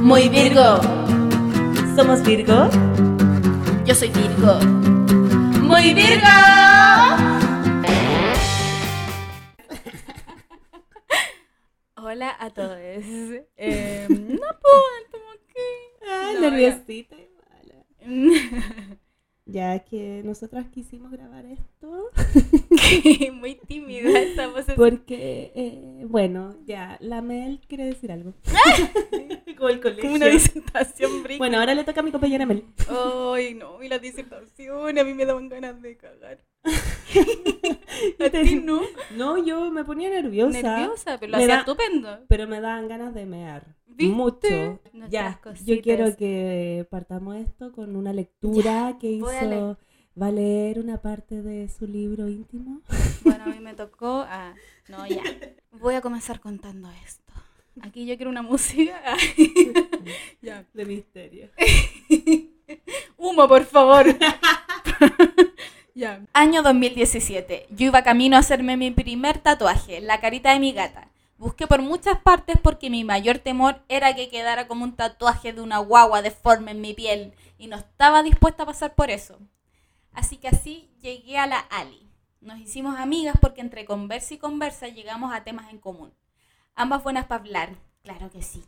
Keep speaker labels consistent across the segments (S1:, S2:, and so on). S1: Muy Virgo.
S2: ¿Somos Virgo?
S1: Yo soy Virgo. Muy Virgo.
S2: Hola a todos. Eh, no puedo, como que.
S3: Ay,
S2: No,
S3: nerviosita y mala.
S2: ya.
S3: Ya que nosotras quisimos grabar esto.
S2: Que Muy tímida estamos.
S3: Porque, eh, bueno, ya, la Mel quiere decir algo. Como el colegio.
S2: Como una disertación brica.
S3: Bueno, ahora le toca a mi compañera Mel.
S2: Ay, no, y las disertaciones a mí me daban ganas de cagar.
S3: Y
S2: A
S3: te-
S2: ti no.
S3: No, yo me ponía nerviosa.
S2: Nerviosa, pero lo
S3: me
S2: hacía
S3: da-
S2: estupendo.
S3: Pero me daban ganas de mear.
S2: ¿Viste?
S3: Mucho.
S2: Nuestras
S3: Ya, yo
S2: cositas.
S3: quiero que partamos esto con una lectura que
S2: voy a leer.
S3: hizo Valer una parte de su libro íntimo.
S2: Bueno, a mí me tocó. ah, No, ya. Voy a comenzar contando esto. Aquí yo quiero una música. ah, ya.
S3: De misterio.
S2: Humo, por favor. ya.
S1: Año 2017. Yo iba camino a hacerme mi primer tatuaje, la carita de mi gata. Busqué por muchas partes porque mi mayor temor era que quedara como un tatuaje de una guagua deforme en mi piel y no estaba dispuesta a pasar por eso. Así que así llegué a la Ali. Nos hicimos amigas porque entre conversa y conversa llegamos a temas en común. Ambas buenas para hablar, claro que sí.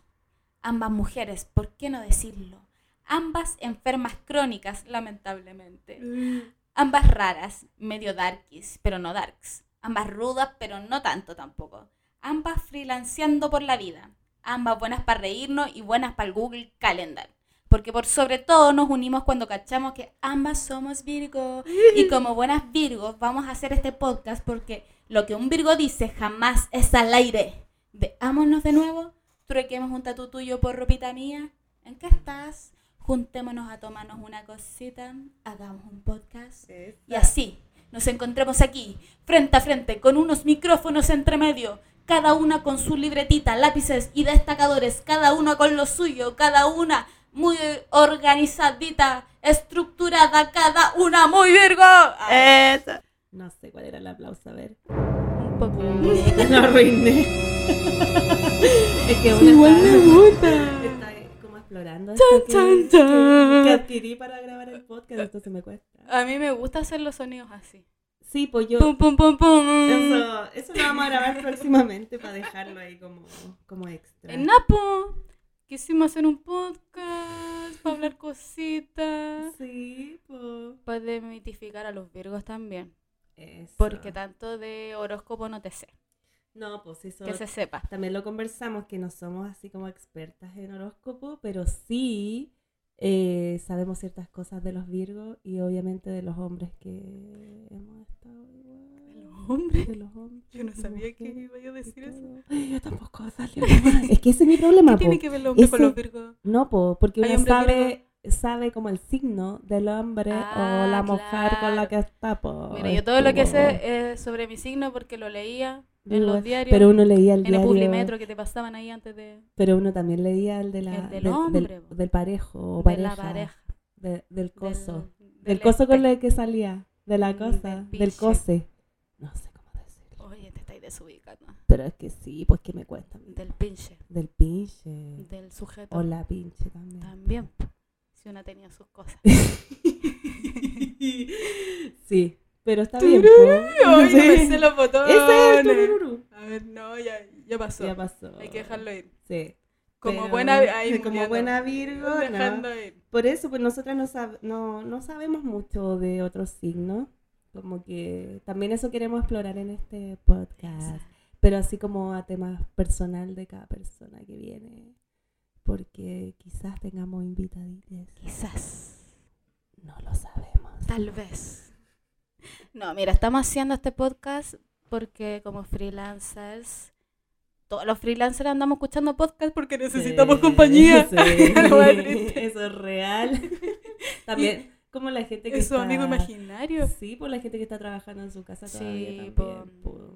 S1: Ambas mujeres, ¿por qué no decirlo? Ambas enfermas crónicas, lamentablemente. Ambas raras, medio darkies, pero no darks. Ambas rudas, pero no tanto tampoco. Ambas freelanceando por la vida. Ambas buenas para reírnos y buenas para el Google Calendar. Porque por sobre todo nos unimos cuando cachamos que ambas somos Virgo. Y como buenas Virgos vamos a hacer este podcast porque lo que un Virgo dice jamás es al aire. Veámonos de nuevo, truequemos un tatu tuyo por ropita mía. ¿En qué estás? Juntémonos a tomarnos una cosita, hagamos un podcast. Y así nos encontramos aquí, frente a frente, con unos micrófonos entre medio, cada una con su libretita, lápices y destacadores, cada una con lo suyo, cada una muy organizadita, estructurada, cada una muy virgo. Ah,
S3: No sé cuál era el aplauso, a ver.
S2: Un poco.
S3: Lo arruiné. es que uno
S2: Igual
S3: está-
S2: me gusta.
S3: está como explorando esto que,
S2: chan,
S3: que-
S2: chan.
S3: que adquirí para grabar el podcast, esto se me cuesta.
S2: A mí me gusta hacer los sonidos así.
S3: Sí, pues yo...
S2: Pum, pum, pum, pum.
S3: Eso, eso lo vamos a grabar próximamente para dejarlo ahí como, como extra.
S2: En Napo quisimos hacer un podcast para hablar cositas.
S3: Sí, pues...
S2: Para demitificar a los virgos también.
S3: eso.
S2: Porque tanto de horóscopo no te sé.
S3: No, pues eso...
S2: Que se sepa.
S3: También lo conversamos, que no somos así como expertas en horóscopo, pero sí eh, sabemos ciertas cosas de los Virgos y obviamente de los hombres que hemos estado igual.
S2: hombre.
S3: De los hombres.
S2: Yo no
S3: de
S2: sabía que
S3: mujeres
S2: iba yo a
S3: y
S2: decir eso.
S3: todo. Ay, Yo tampoco salió. es que ese es mi problema,
S2: ¿Qué
S3: po.
S2: tiene que ver los hombres con
S3: ese-
S2: los virgos?
S3: No, po, porque
S2: Hay
S3: uno
S2: hombres
S3: sabe, sabe como el signo del hombre o
S2: Ah,
S3: la mujer con la
S2: claro.
S3: que está, po.
S2: Mira,
S3: Es
S2: yo todo lo que
S3: como-
S2: sé es sobre mi signo porque lo leía en
S3: Digo,
S2: los diarios,
S3: Pero uno leía el
S2: en el
S3: diario.
S2: Publimetro que te pasaban ahí antes de,
S3: Pero uno también leía el de la,
S2: El del
S3: del,
S2: hombre, po.
S3: del parejo o
S2: de la
S3: pareja,
S2: pareja.
S3: de- del coso,
S2: del-
S3: del,
S2: del
S3: coso con
S2: espe-
S3: el que salía, de la
S2: Mm,
S3: cosa,
S2: del Oh.
S3: del,
S2: piche.
S3: cose. No sé cómo decirlo.
S2: Oye, te estáis desubicando.
S3: Pero es que sí, pues que me cuesta.
S2: Del pinche,
S3: Del pinche.
S2: del sujeto.
S3: O la pinche también.
S2: También, po, si una tenía sus cosas.
S3: sí, pero está bien.
S2: Tururú,
S3: po.
S2: Ay, no me
S3: Sí.
S2: sé los botones.
S3: Ese es el tururú.
S2: A ver, no, ya, ya pasó.
S3: Ya pasó.
S2: Hay que dejarlo ir.
S3: Sí.
S2: Como
S3: pero-
S2: buena ahí
S3: como
S2: muriendo.
S3: buena Virgo, no.
S2: Dejando ir.
S3: Por eso, pues nosotras no, sab- no, no sabemos mucho de otros signos. Como que también eso queremos explorar en este podcast. Pero así como a temas personal de cada persona que viene. Porque quizás tengamos invitaditos.
S2: Quizás,
S3: No lo sabemos.
S2: tal vez. No, mira, estamos haciendo este podcast porque como freelancers, todos los freelancers andamos escuchando podcast porque necesitamos
S3: Sí,
S2: compañía.
S3: sí.
S2: Lo más triste.
S3: eso es real. También, como la gente que
S2: Es su
S3: está-
S2: amigo imaginario.
S3: Sí, por la gente que está trabajando en su casa
S2: Sí,
S3: todavía
S2: po.
S3: también, po.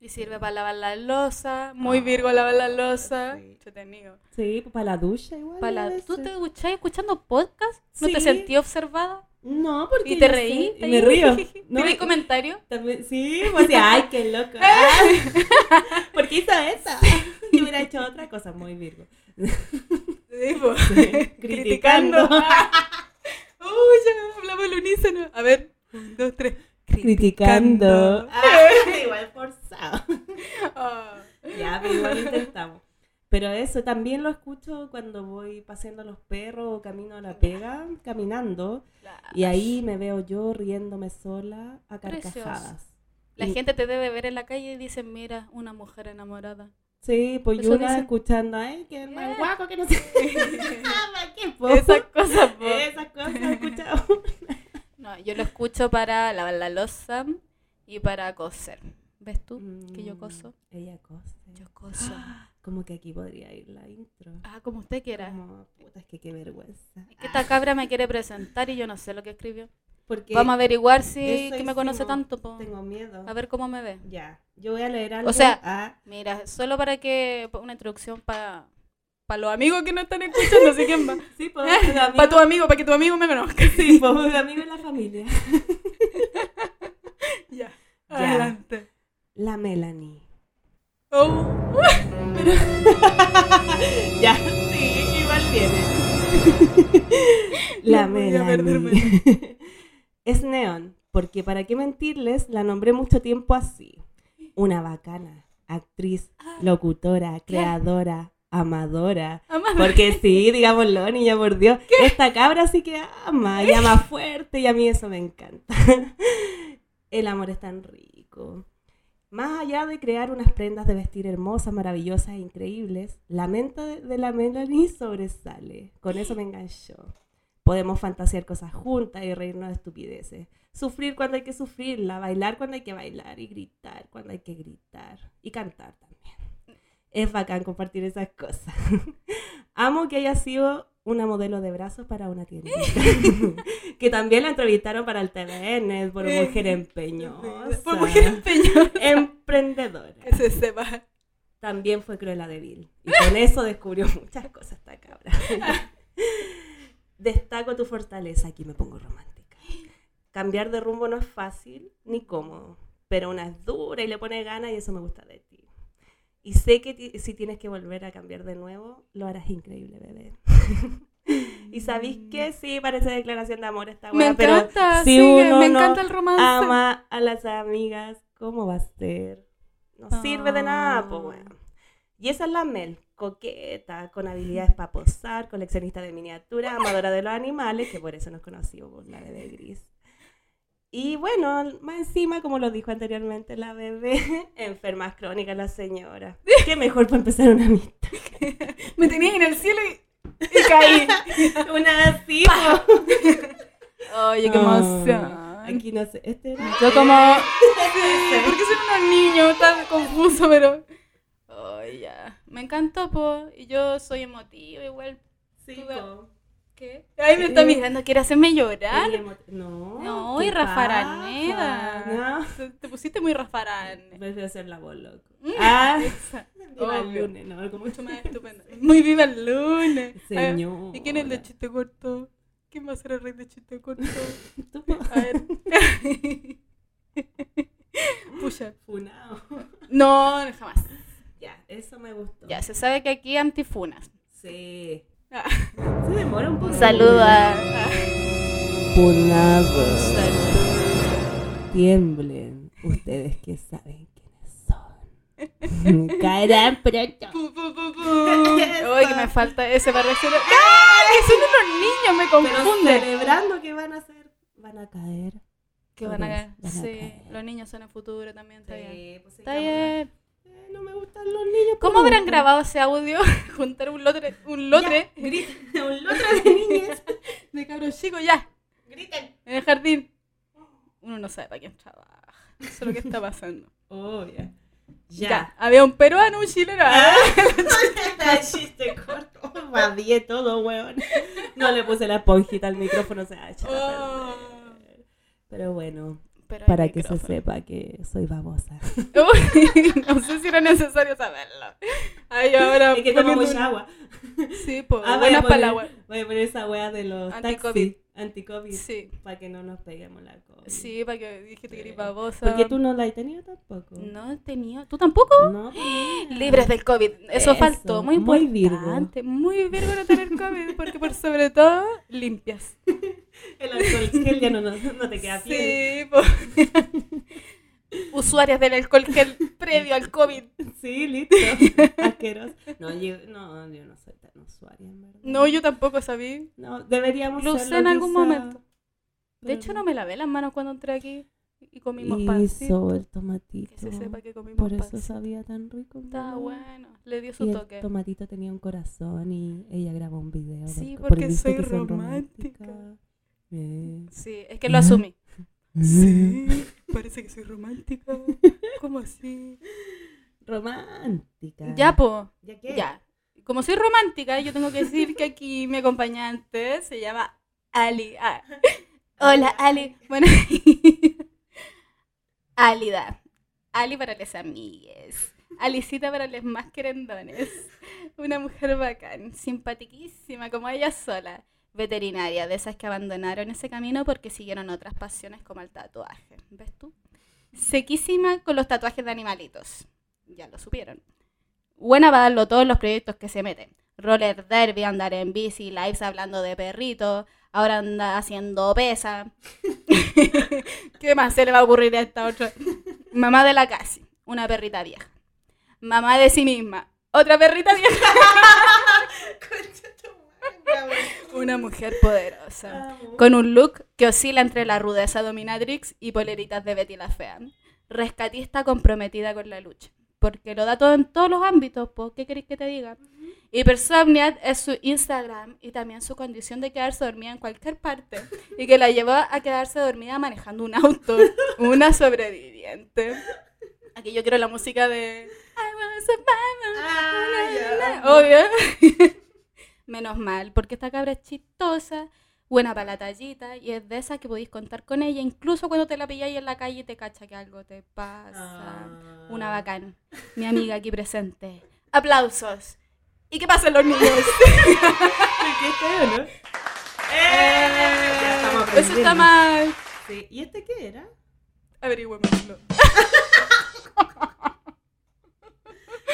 S2: Y sirve para lavar la losa. Muy
S3: Ah,
S2: virgo lavar la losa.
S3: sí.
S2: Entretenido.
S3: Sí, pues para la ducha igual.
S2: Para
S3: a
S2: la-
S3: veces.
S2: ¿Tú te escuchás escuchando podcast? ¿No te
S3: Sí.
S2: sentí observada?
S3: No, porque.
S2: ¿Y te
S3: yo
S2: reí?
S3: sé- y me río. No,
S2: ¿Tienes comentario?
S3: también, sí, pues sí, ay, qué loco. Ah, ¿Por qué hizo eso? que hubiera hecho otra cosa muy virgo.
S2: Sí, po.
S3: Criticando.
S2: Uy, ya hablamos al unísono. A ver, un, dos, tres.
S3: Criticando. Ah, igual forzado.
S2: Ah.
S3: Ya, pero igual intentamos. Pero eso también lo escucho cuando voy paseando a los perros o camino a la pega, caminando. Y ahí me veo yo riéndome sola a
S2: Precioso.
S3: carcajadas.
S2: La
S3: Y-
S2: gente te debe ver en la calle y dicen, mira, una mujer enamorada.
S3: Sí, pues
S2: Eso
S3: yo una
S2: dicen.
S3: escuchando, ay, que es más
S2: Eh.
S3: guaco que no sé. ¿Para qué, po?
S2: Esas cosas, po.
S3: Esas cosas he escuchado.
S2: No, yo lo escucho para lavar la losa y para coser. ¿Ves tú? Que yo coso.
S3: Mm, Ella cose.
S2: Yo coso.
S3: Como que aquí podría ir la intro.
S2: Ah, como usted quiera.
S3: Como, puta, es que qué vergüenza.
S2: Es que esta cabra me quiere presentar y yo no sé lo que escribió.
S3: Porque
S2: Vamos a averiguar si
S3: Eso
S2: que me conoce
S3: hicimos.
S2: tanto, po.
S3: tengo miedo.
S2: A ver cómo me ve.
S3: Ya, yo voy a leer algo.
S2: sea-
S3: a-
S2: Mira, solo para que una introducción para los amigos que no están escuchando, así que va.
S3: Sí, pues, un amigo,
S2: Para tu amigo, para que tu amigo me conozca.
S3: sí, pues, un amigo en la familia.
S2: Ya.
S3: Ya.
S2: Adelante.
S3: La Melanie.
S2: Oh.
S3: Ya, sí, igual viene. La
S2: No podía
S3: Melanie. Es neón, porque para qué mentirles, la nombré mucho tiempo así. Una bacana, actriz, locutora, creadora, amadora.
S2: Amada.
S3: Porque sí, digámoslo, niña, por Dios. Esta cabra sí que ama, y ama fuerte, y a mí eso me encanta. El amor es tan rico. Más allá de crear unas prendas de vestir hermosas, maravillosas e increíbles, la mente de- de la Melanie sobresale. Con eso me enganchó. Podemos fantasear cosas juntas y reírnos de estupideces. Sufrir cuando hay que sufrirla, bailar cuando hay que bailar y gritar cuando hay que gritar. Y cantar también. Es bacán compartir esas cosas. Amo que haya sido una modelo de brazos para una tiendita. que también la entrevistaron para el TVN por
S2: Eh,
S3: mujer empeñosa.
S2: Por mujer empeñada.
S3: emprendedora.
S2: Que se sepa.
S3: También fue Cruella de Vil. Y con eso descubrió muchas cosas esta cabra. Destaco tu fortaleza, aquí me pongo romántica. Cambiar de rumbo no es fácil ni cómodo, pero una es dura y le pone ganas y eso me gusta de ti. Y sé que ti- si tienes que volver a cambiar de nuevo, lo harás increíble, bebé. y sabéis que sí, parece declaración de amor esta
S2: Me
S3: weá, pero
S2: encanta,
S3: si
S2: sigue,
S3: uno
S2: me
S3: no
S2: encanta el romance.
S3: ama a las amigas, ¿cómo va a ser? No sirve de nada, pues
S2: Ah.
S3: bueno. Y esa es la Mel, coqueta, con habilidades para posar, coleccionista de miniaturas, amadora de los animales, que por eso nos conoció por la bebé gris. Y bueno, más encima, como lo dijo anteriormente la bebé, enfermas crónicas la señora. Qué mejor para empezar una amistad.
S2: Me tenías en el cielo y, y caí.
S3: Una pues. así. po.
S2: Oye, qué
S3: Ah,
S2: emoción.
S3: Aquí no sé, este era-
S2: Yo como... Sí, porque soy unos niños tan confuso, pero... Ay, ya. Me encantó, po. Y yo soy emotivo igual.
S3: Sí, pues.
S2: Tuve-
S3: po.
S2: ¿Qué? Ay, me está
S3: Eh.
S2: mirando. ¿Quiere hacerme llorar?
S3: Oye, mo- No.
S2: No,
S3: ¿qué
S2: y Rafa
S3: pasa?
S2: Araneda.
S3: No.
S2: Te, te pusiste muy rafarán.
S3: Prefiero ser la voz, loco. Ah, viva el
S2: Mm. obvio.
S3: lunes, no, como
S2: Mucho más estupendo. Muy viva el lunes. Ay,
S3: Señor.
S2: ¿Y quién es el de chiste corto? ¿Quién va a ser el rey de chiste corto?
S3: Tú, po.
S2: A ver. Pucha.
S3: Funao.
S2: No, jamás.
S3: Ya, eso me gustó.
S2: Ya, se sabe que aquí antifunas.
S3: Sí.
S2: Ah.
S3: Se demora un poco.
S2: a...
S3: Funado.
S2: Saludo.
S3: Tiemblen. Ustedes que saben quiénes son. Caerán pronto.
S2: Pu, pu, pu, pu. Ay, que me falta ese para decirlo. ¡Ay! Son unos niños, me
S3: Pero
S2: confunden.
S3: celebrando que van a hacer. Van a caer.
S2: Que van a caer.
S3: Todos van a
S2: Sí,
S3: caer.
S2: los niños son el futuro también. Está bien.
S3: Sí, pues,
S2: Está
S3: sigamos.
S2: bien.
S3: Eh, No me gustan los niños.
S2: ¿Cómo
S3: pero
S2: habrán
S3: bueno.
S2: grabado ese audio? Juntar un lotre, un lotre
S3: Ya, grita, un lotre de niñas.
S2: de cabros chicos, ya,
S3: Griten.
S2: en el jardín. Uno no sabe para quién trabaja. Eso es lo que está pasando.
S3: Oh, ya. Ah,
S2: Ya. Había un peruano, un chileno. Ah,
S3: Está el chiste corto. Radié todo, weón. No le puse la esponjita al micrófono, se va a echar a
S2: Oh.
S3: perder. Pero bueno,
S2: Pero hay
S3: para que se
S2: micrófono.
S3: sepa que soy babosa.
S2: Uy, no sé si era necesario saberlo. Ay, ahora.
S3: Es que tomo
S2: poniendo
S3: mucha
S2: un-
S3: agua.
S2: Sí, pues.
S3: Ah, voy a
S2: buenas
S3: poner-
S2: palabras.
S3: Voy a poner esa wea de los
S2: Anti-COVID.
S3: taxis. Anticovid.
S2: Sí.
S3: Para que no nos peguemos la COVID.
S2: Sí, para que dijiste
S3: Sí.
S2: gripabosa.
S3: Porque tú no la has tenido tampoco.
S2: No he tenido. ¿Tú tampoco?
S3: No, pues, mira.
S2: Libres del COVID. Eso,
S3: Eso,
S2: faltó. Muy
S3: muy
S2: importante. Muy virgo no tener COVID. Porque por sobre todo, limpias.
S3: El alcohol gel ya no, no- no te queda
S2: Sí,
S3: bien.
S2: po. Usuarias del alcohol gel previo al COVID.
S3: Sí, listo. Asqueroso. No yo, no, yo no soy tan usuaria, en verdad.
S2: No, yo tampoco sabía.
S3: No, deberíamos
S2: Lo usé
S3: serlo
S2: en algún
S3: quizá,
S2: momento. De
S3: pero
S2: hecho, no me lavé las manos cuando entré aquí y comimos pancito.
S3: Hizo el tomatito.
S2: Que se sepa que comimos
S3: Por eso
S2: pancito.
S3: sabía tan rico.
S2: Está
S3: ¿no?
S2: bueno. Le dio su
S3: Y el
S2: toque.
S3: tomatito tenía un corazón y ella grabó un video. del
S2: Sí,
S3: co-
S2: porque
S3: viste
S2: soy
S3: que son
S2: romántica.
S3: románticas. Eh.
S2: Sí, es que lo asumí.
S4: Parece que soy romántica. ¿Cómo así?
S3: Romántica.
S2: Ya, po.
S3: ¿Ya qué?
S2: Ya. Como soy romántica, yo tengo que decir que aquí mi acompañante se llama Ali. Ah. Hola, Ali. Bueno, Alida. Ali para las amigues. Alicita para los más querendones. Una mujer bacán, simpaticísima como ella sola. Veterinaria, de esas que abandonaron ese camino porque siguieron otras pasiones como el tatuaje. ¿Ves tú? Sequísima con los tatuajes de animalitos. Ya lo supieron. Buena para darlo todo en los proyectos que se meten. Roller derby, andar en bici, lives hablando de perritos, ahora anda haciendo pesa. ¿Qué más se le va a ocurrir a esta otra? Mamá de la casi, una perrita vieja. Mamá de sí misma, otra perrita vieja. Una mujer poderosa.
S3: Ah,
S2: Con un look que oscila entre la rudeza dominatrix y poleritas de Betty la Fea. Rescatista comprometida con la lucha porque lo da todo en todos los ámbitos, po. ¿qué queréis que te diga? Y Persomniac es su Instagram y también su condición de quedarse dormida en cualquier parte y que la llevó a quedarse dormida manejando un auto, una sobreviviente. Aquí yo quiero la música de... I wanna survive, Ah, la, la, la. Obvio. Menos mal, porque esta cabra es chistosa, buena para la tallita y es de esas que podéis contar con ella, incluso cuando te la pilláis en la calle y te cacha que algo te pasa.
S3: Ah.
S2: Una bacán. Mi amiga aquí presente. Aplausos. ¿Y qué pasen los niños?
S3: ¿Qué este, o no? estamos
S2: Eso está
S3: aprendiendo.
S2: mal.
S3: Sí. ¿Y este qué era?
S4: Averigüémoslo.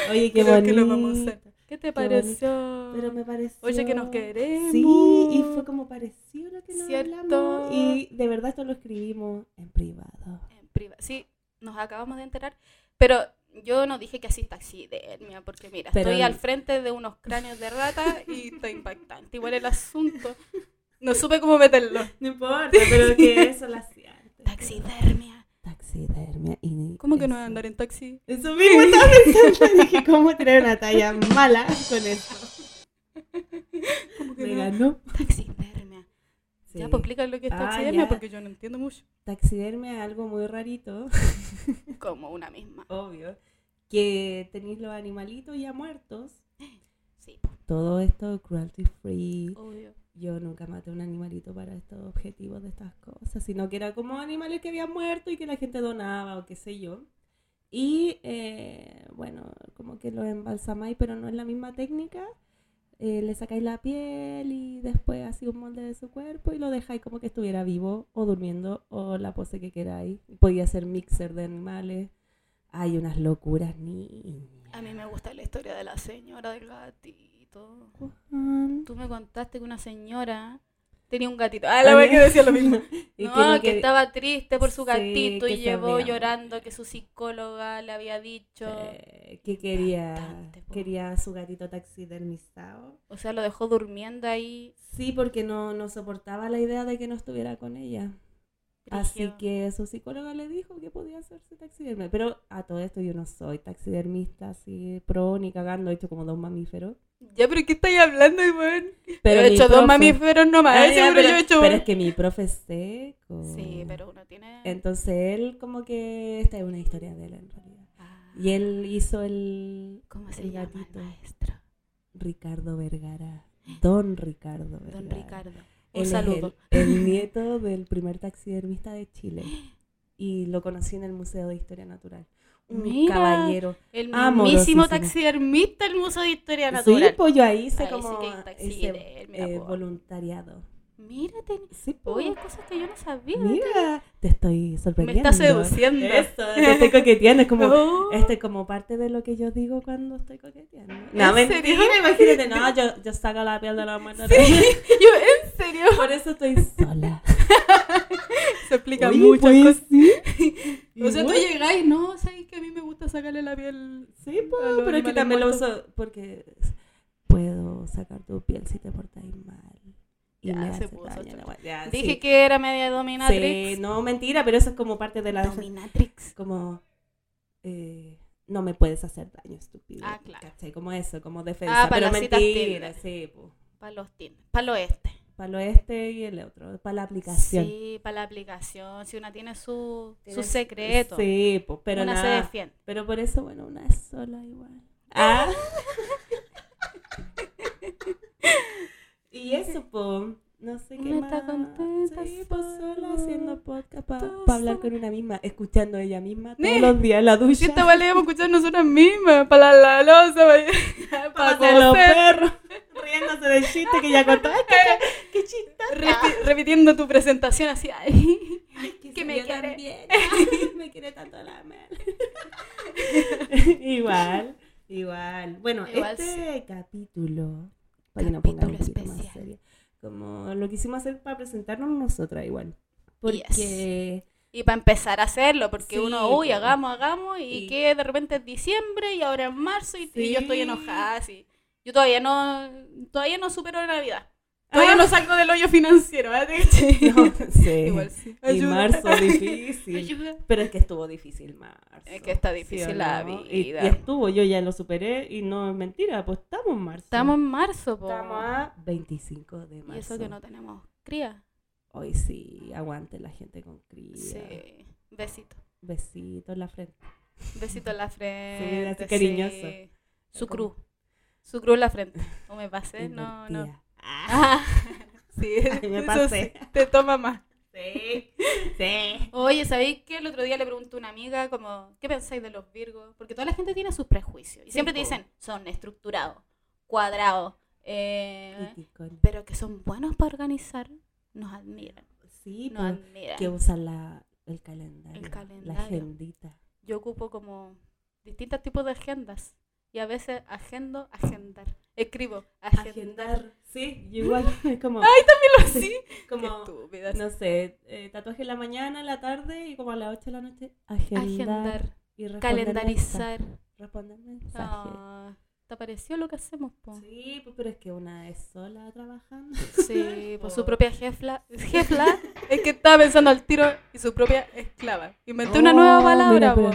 S3: Oye, qué
S4: Creo
S3: bonito.
S4: que lo vamos a hacer.
S2: ¿Qué te pareció?
S3: pareció? Pero me pareció.
S2: Oye, que nos queremos.
S3: Sí, y fue como parecido lo que nos
S2: Cierto.
S3: hablamos. Y de verdad esto lo escribimos en privado.
S2: En priva- Sí, nos acabamos de enterar. Pero yo no dije que así taxidermia, porque mira,
S3: Pero-
S2: estoy al frente de unos cráneos de rata y está impactante. Igual el asunto. No supe cómo meterlo.
S3: No importa, pero que eso lo hacía antes.
S2: Taxidermia.
S3: Taxidermia. Y
S4: ¿Cómo que no
S3: eso.
S4: va a andar en taxi?
S3: Eso mismo estaba pensando. Dije, ¿cómo tirar una talla mala con eso?
S4: ¿Cómo que
S3: Me
S4: no?
S3: ganó.
S2: Taxidermia.
S3: Sí.
S2: Ya, pues explica lo que es
S3: Ah,
S2: taxidermia,
S3: ya.
S2: porque
S4: Porque yo no entiendo mucho.
S3: Taxidermia es algo muy rarito,
S2: como una misma.
S3: obvio, que tenéis los animalitos ya muertos.
S2: Sí,
S3: Todo esto cruelty free.
S2: obvio.
S3: Yo nunca maté un animalito para estos objetivos de estas cosas, sino que era como animales que habían muerto y que la gente donaba o qué sé yo. Y eh, bueno, como que los embalsamáis, pero no es la misma técnica. Eh, le sacáis la piel y después así un molde de su cuerpo y lo dejáis como que estuviera vivo o durmiendo o la pose que queráis. Podía ser mixer de animales. Hay unas locuras, ni.
S2: A mí me gusta la historia de la señora del gatito. Tú me contaste que una señora tenía un gatito. Ah, la
S3: Ah,
S2: vez que
S3: ya.
S2: decía lo mismo.
S3: Y
S2: no,
S3: como
S2: que, estaba triste por su
S3: Sí,
S2: gatito
S3: que
S2: y llevó
S3: sabía.
S2: llorando que su psicóloga le había dicho.
S3: Eh, que quería,
S2: Bastante, po.
S3: quería su gatito taxidermizado.
S2: O sea, lo dejó durmiendo ahí.
S3: Sí, porque no, no soportaba la idea de que no estuviera con ella. Así
S2: brígido.
S3: que su psicóloga le dijo que podía hacerse taxidermia. Pero a todo esto yo no soy taxidermista, así pro ni cagando. He hecho como dos mamíferos.
S4: Ya, pero ¿qué estáis hablando, weón?
S3: Pero
S4: he
S3: mi
S4: hecho dos
S3: profe-
S4: mamíferos nomás.
S3: Ah,
S4: eh,
S3: ya,
S4: seguro
S3: pero,
S4: yo he hecho.
S3: pero este es que mi profe es seco.
S2: Sí, pero uno tiene.
S3: Entonces él, como que. Esta es una historia de él en realidad.
S2: Ah,
S3: Y él hizo el.
S2: ¿Cómo se
S3: el
S2: llama
S3: gatito.
S2: el maestro?
S3: Ricardo Vergara. Don Ricardo Vergara.
S2: Don Ricardo. Un
S3: Él es
S2: saludo.
S3: El, el nieto del primer taxidermista de Chile. Y lo conocí en el Museo de Historia Natural. Un
S2: Mira,
S3: caballero.
S2: El
S3: Amorosísimo.
S2: mismísimo taxidermista del Museo de Historia
S3: Sí,
S2: Natural.
S3: pues yo ahí hice
S2: Ahí sí
S3: como
S2: que hay
S3: ese,
S2: taxidermia,
S3: eh,
S2: po.
S3: voluntariado.
S2: Mírate.
S3: Sí, po.
S2: Oye, cosas que yo no sabía.
S3: Mira, te estoy
S2: Me
S3: sorprendiendo.
S2: está seduciendo.
S3: Eso, te estoy coqueteando. Es como,
S2: Oh.
S3: este, como parte de lo que yo digo cuando estoy coqueteando.
S2: ¿En
S3: No, mentira,
S2: serio?
S3: imagínate. No, yo, yo saco la piel de la mano.
S2: Yo, en serio.
S3: Por eso estoy sola.
S4: Se explica
S3: Oye,
S4: muchas
S3: pues,
S4: cosas.
S3: sí.
S4: O sea, tú
S3: Igual.
S4: llegáis, no, sabes que a mí me gusta sacarle la piel.
S3: Sí, po,
S4: A los
S3: pero es que
S4: animales
S3: también lo
S4: muertos.
S3: uso porque puedo sacar tu piel si te portáis mal. Y
S2: Ya,
S3: me
S2: se
S3: hace
S2: puso
S3: daño la
S2: chocha.
S3: guay. Ya,
S2: Dije
S3: sí.
S2: que era media dominatrix.
S3: Sí, no, mentira, pero eso es como parte de la
S2: Dominatrix.
S3: como eh, no me puedes hacer daño, estúpido.
S2: Ah, claro.
S3: ¿cachai? Como eso, como defensa.
S2: Ah, para
S3: pero
S2: las citas Tinder.
S3: mentira, sí, po.
S2: Para los Tinder. Para el oeste.
S4: este.
S3: Para el oeste y el otro, para la aplicación.
S2: Sí, para la aplicación. Si una tiene su, su
S3: Tiene-
S2: secreto.
S3: Sí, po, pero
S2: una se
S3: nada.
S2: defiende.
S3: Pero por eso, bueno, una es sola igual. Ah. y eso, po. No sé qué
S2: Una está
S3: más.
S2: contenta,
S3: Sí, po, sola
S2: sola.
S3: haciendo podcast para
S2: Está
S3: hablar con una misma, escuchando ella misma todos
S4: Ne.
S3: los días en la
S4: Si
S3: ducha.
S4: esta vale, vamos a escuchar nosotras mismas. Para la losa, para
S3: Para
S4: pa
S3: de los
S4: coser.
S3: perros. Riéndose del chiste que ya contaste. ¡Qué chiste!
S4: Repi- repitiendo tu presentación así. ay.
S2: Que me
S3: yo
S2: quiere.
S3: también. me quiere tanto la Mel. igual, igual. Bueno,
S2: Igual
S3: este capítulo, para que nos
S2: Capítulo
S3: pongamos un poquito más
S2: especial.
S3: seria, como lo quisimos hacer para presentarnos nosotras igual. Porque
S2: Y para empezar a hacerlo, porque
S3: Sí,
S2: uno, uy,
S3: po.
S2: hagamos, hagamos, y,
S3: Y-
S2: que de repente es diciembre y ahora es marzo y, y yo estoy
S3: Sí.
S2: enojada, así. Yo todavía no, todavía no supero la Navidad. Ah.
S4: Todavía no salgo del hoyo financiero, ¿eh?
S3: Ah, no sé.
S4: Igual sí.
S3: Y
S4: Ayuda.
S3: marzo difícil.
S2: Ayuda.
S3: Pero es que estuvo difícil marzo.
S2: Es que está
S3: ¿sí o
S2: difícil la
S3: no?
S2: vida.
S3: Y, y estuvo, yo ya lo superé y no es mentira, pues estamos en marzo.
S2: Estamos en marzo, po.
S3: Estamos a 25 de marzo.
S2: Y eso que no tenemos cría.
S3: Hoy sí, aguante la gente con cría.
S2: Sí. Besito.
S3: Besitos en la frente.
S2: Besito en la frente.
S3: así cariñoso.
S2: sí. Su
S3: Como-
S2: cruz. Su cruz en la frente. No me pasé, no,
S3: Invertida.
S2: no.
S3: Ah,
S2: Ah,
S4: Sí,
S3: Ay, me
S4: eso
S3: pasé.
S4: sí, te toma más.
S3: Sí, sí.
S2: Oye, ¿sabéis que el otro día le pregunté a una amiga como, ¿qué pensáis de los Virgos? Porque toda la gente tiene sus prejuicios. Y
S3: Sí,
S2: siempre te
S3: po.
S2: dicen, son estructurados, cuadrados, eh,
S3: Criticón.
S2: pero que son buenos para organizar. Nos admiran,
S3: Sí,
S2: nos
S3: pues,
S2: admiran.
S3: que usan la, el calendario.
S2: El
S3: La
S2: calendario.
S3: agendita.
S2: Yo ocupo como distintos tipos de agendas. Y a veces agendo, agendar. Escribo, agendar.
S3: Sí, yo igual. Es como. ¡Ay, también lo
S4: Sí,
S3: Como,
S4: estúpida.
S3: no sé, eh, tatuaje en la mañana, en la tarde y como a las 8 de la noche. Agendar.
S2: Agendar,
S3: y responder mensajes.
S2: calendarizar.
S3: Responder mensajes.
S2: Ah, ¿Te pareció lo que hacemos, po?
S3: Sí, pues, pero es que una es sola trabajando.
S2: Sí, por su
S3: Po.
S2: propia jefla. Jefla.
S4: Es que estaba pensando al tiro y su propia esclava. Inventé
S3: Oh,
S4: una nueva palabra, po.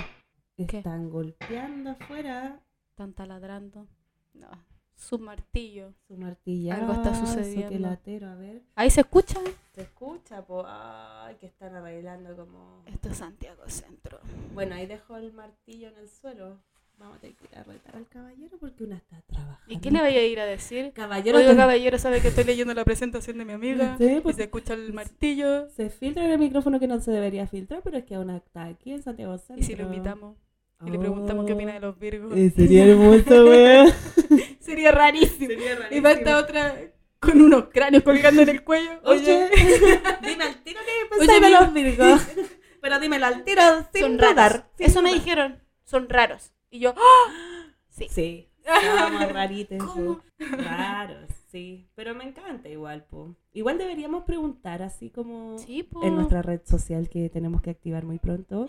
S2: ¿Qué?
S3: Están golpeando afuera
S2: Están taladrando. No. Su martillo.
S3: su martillazo.
S2: Algo está
S3: Su
S2: sucediendo.
S3: quelatero, a ver.
S2: Ahí se escucha.
S3: Se escucha, po. Ay, que están arreglando como.
S2: Esto es Santiago Centro.
S3: Bueno, ahí dejó el martillo en el suelo. Vamos a tener que ir a retar al caballero porque una está trabajando.
S2: ¿Y qué le vaya a ir a decir?
S3: Caballero,
S4: Oiga,
S3: te-
S4: caballero, sabe que estoy leyendo la presentación de mi amiga.
S3: No sé,
S4: Y
S3: pues-
S4: se escucha el martillo.
S3: se filtra en el micrófono que no se debería filtrar, pero es que aún está aquí en Santiago Centro. Oh, eh,
S4: Y si lo invitamos y le preguntamos qué opina de los Virgos.
S3: sería hermoso, weón.
S4: Sería rarísimo.
S3: sería
S4: Y va esta otra con unos cráneos colgando en el cuello.
S3: Oye, dime al tiro que
S4: Oye,
S3: pensáis de
S4: dime-
S3: los Virgos. Pero dímelo al tiro sin
S2: Son
S3: dudar,
S2: raros.
S3: sin
S2: Eso me
S3: dudar.
S2: dijeron. Son raros. Y yo,
S4: ¡ah!
S2: Sí.
S3: Sí. Estábamos raritos.
S2: ¿Cómo?
S3: Raros, sí. Pero me encanta igual, po. Igual deberíamos preguntar así como
S2: sí, po.
S3: en nuestra red social que tenemos que activar muy pronto.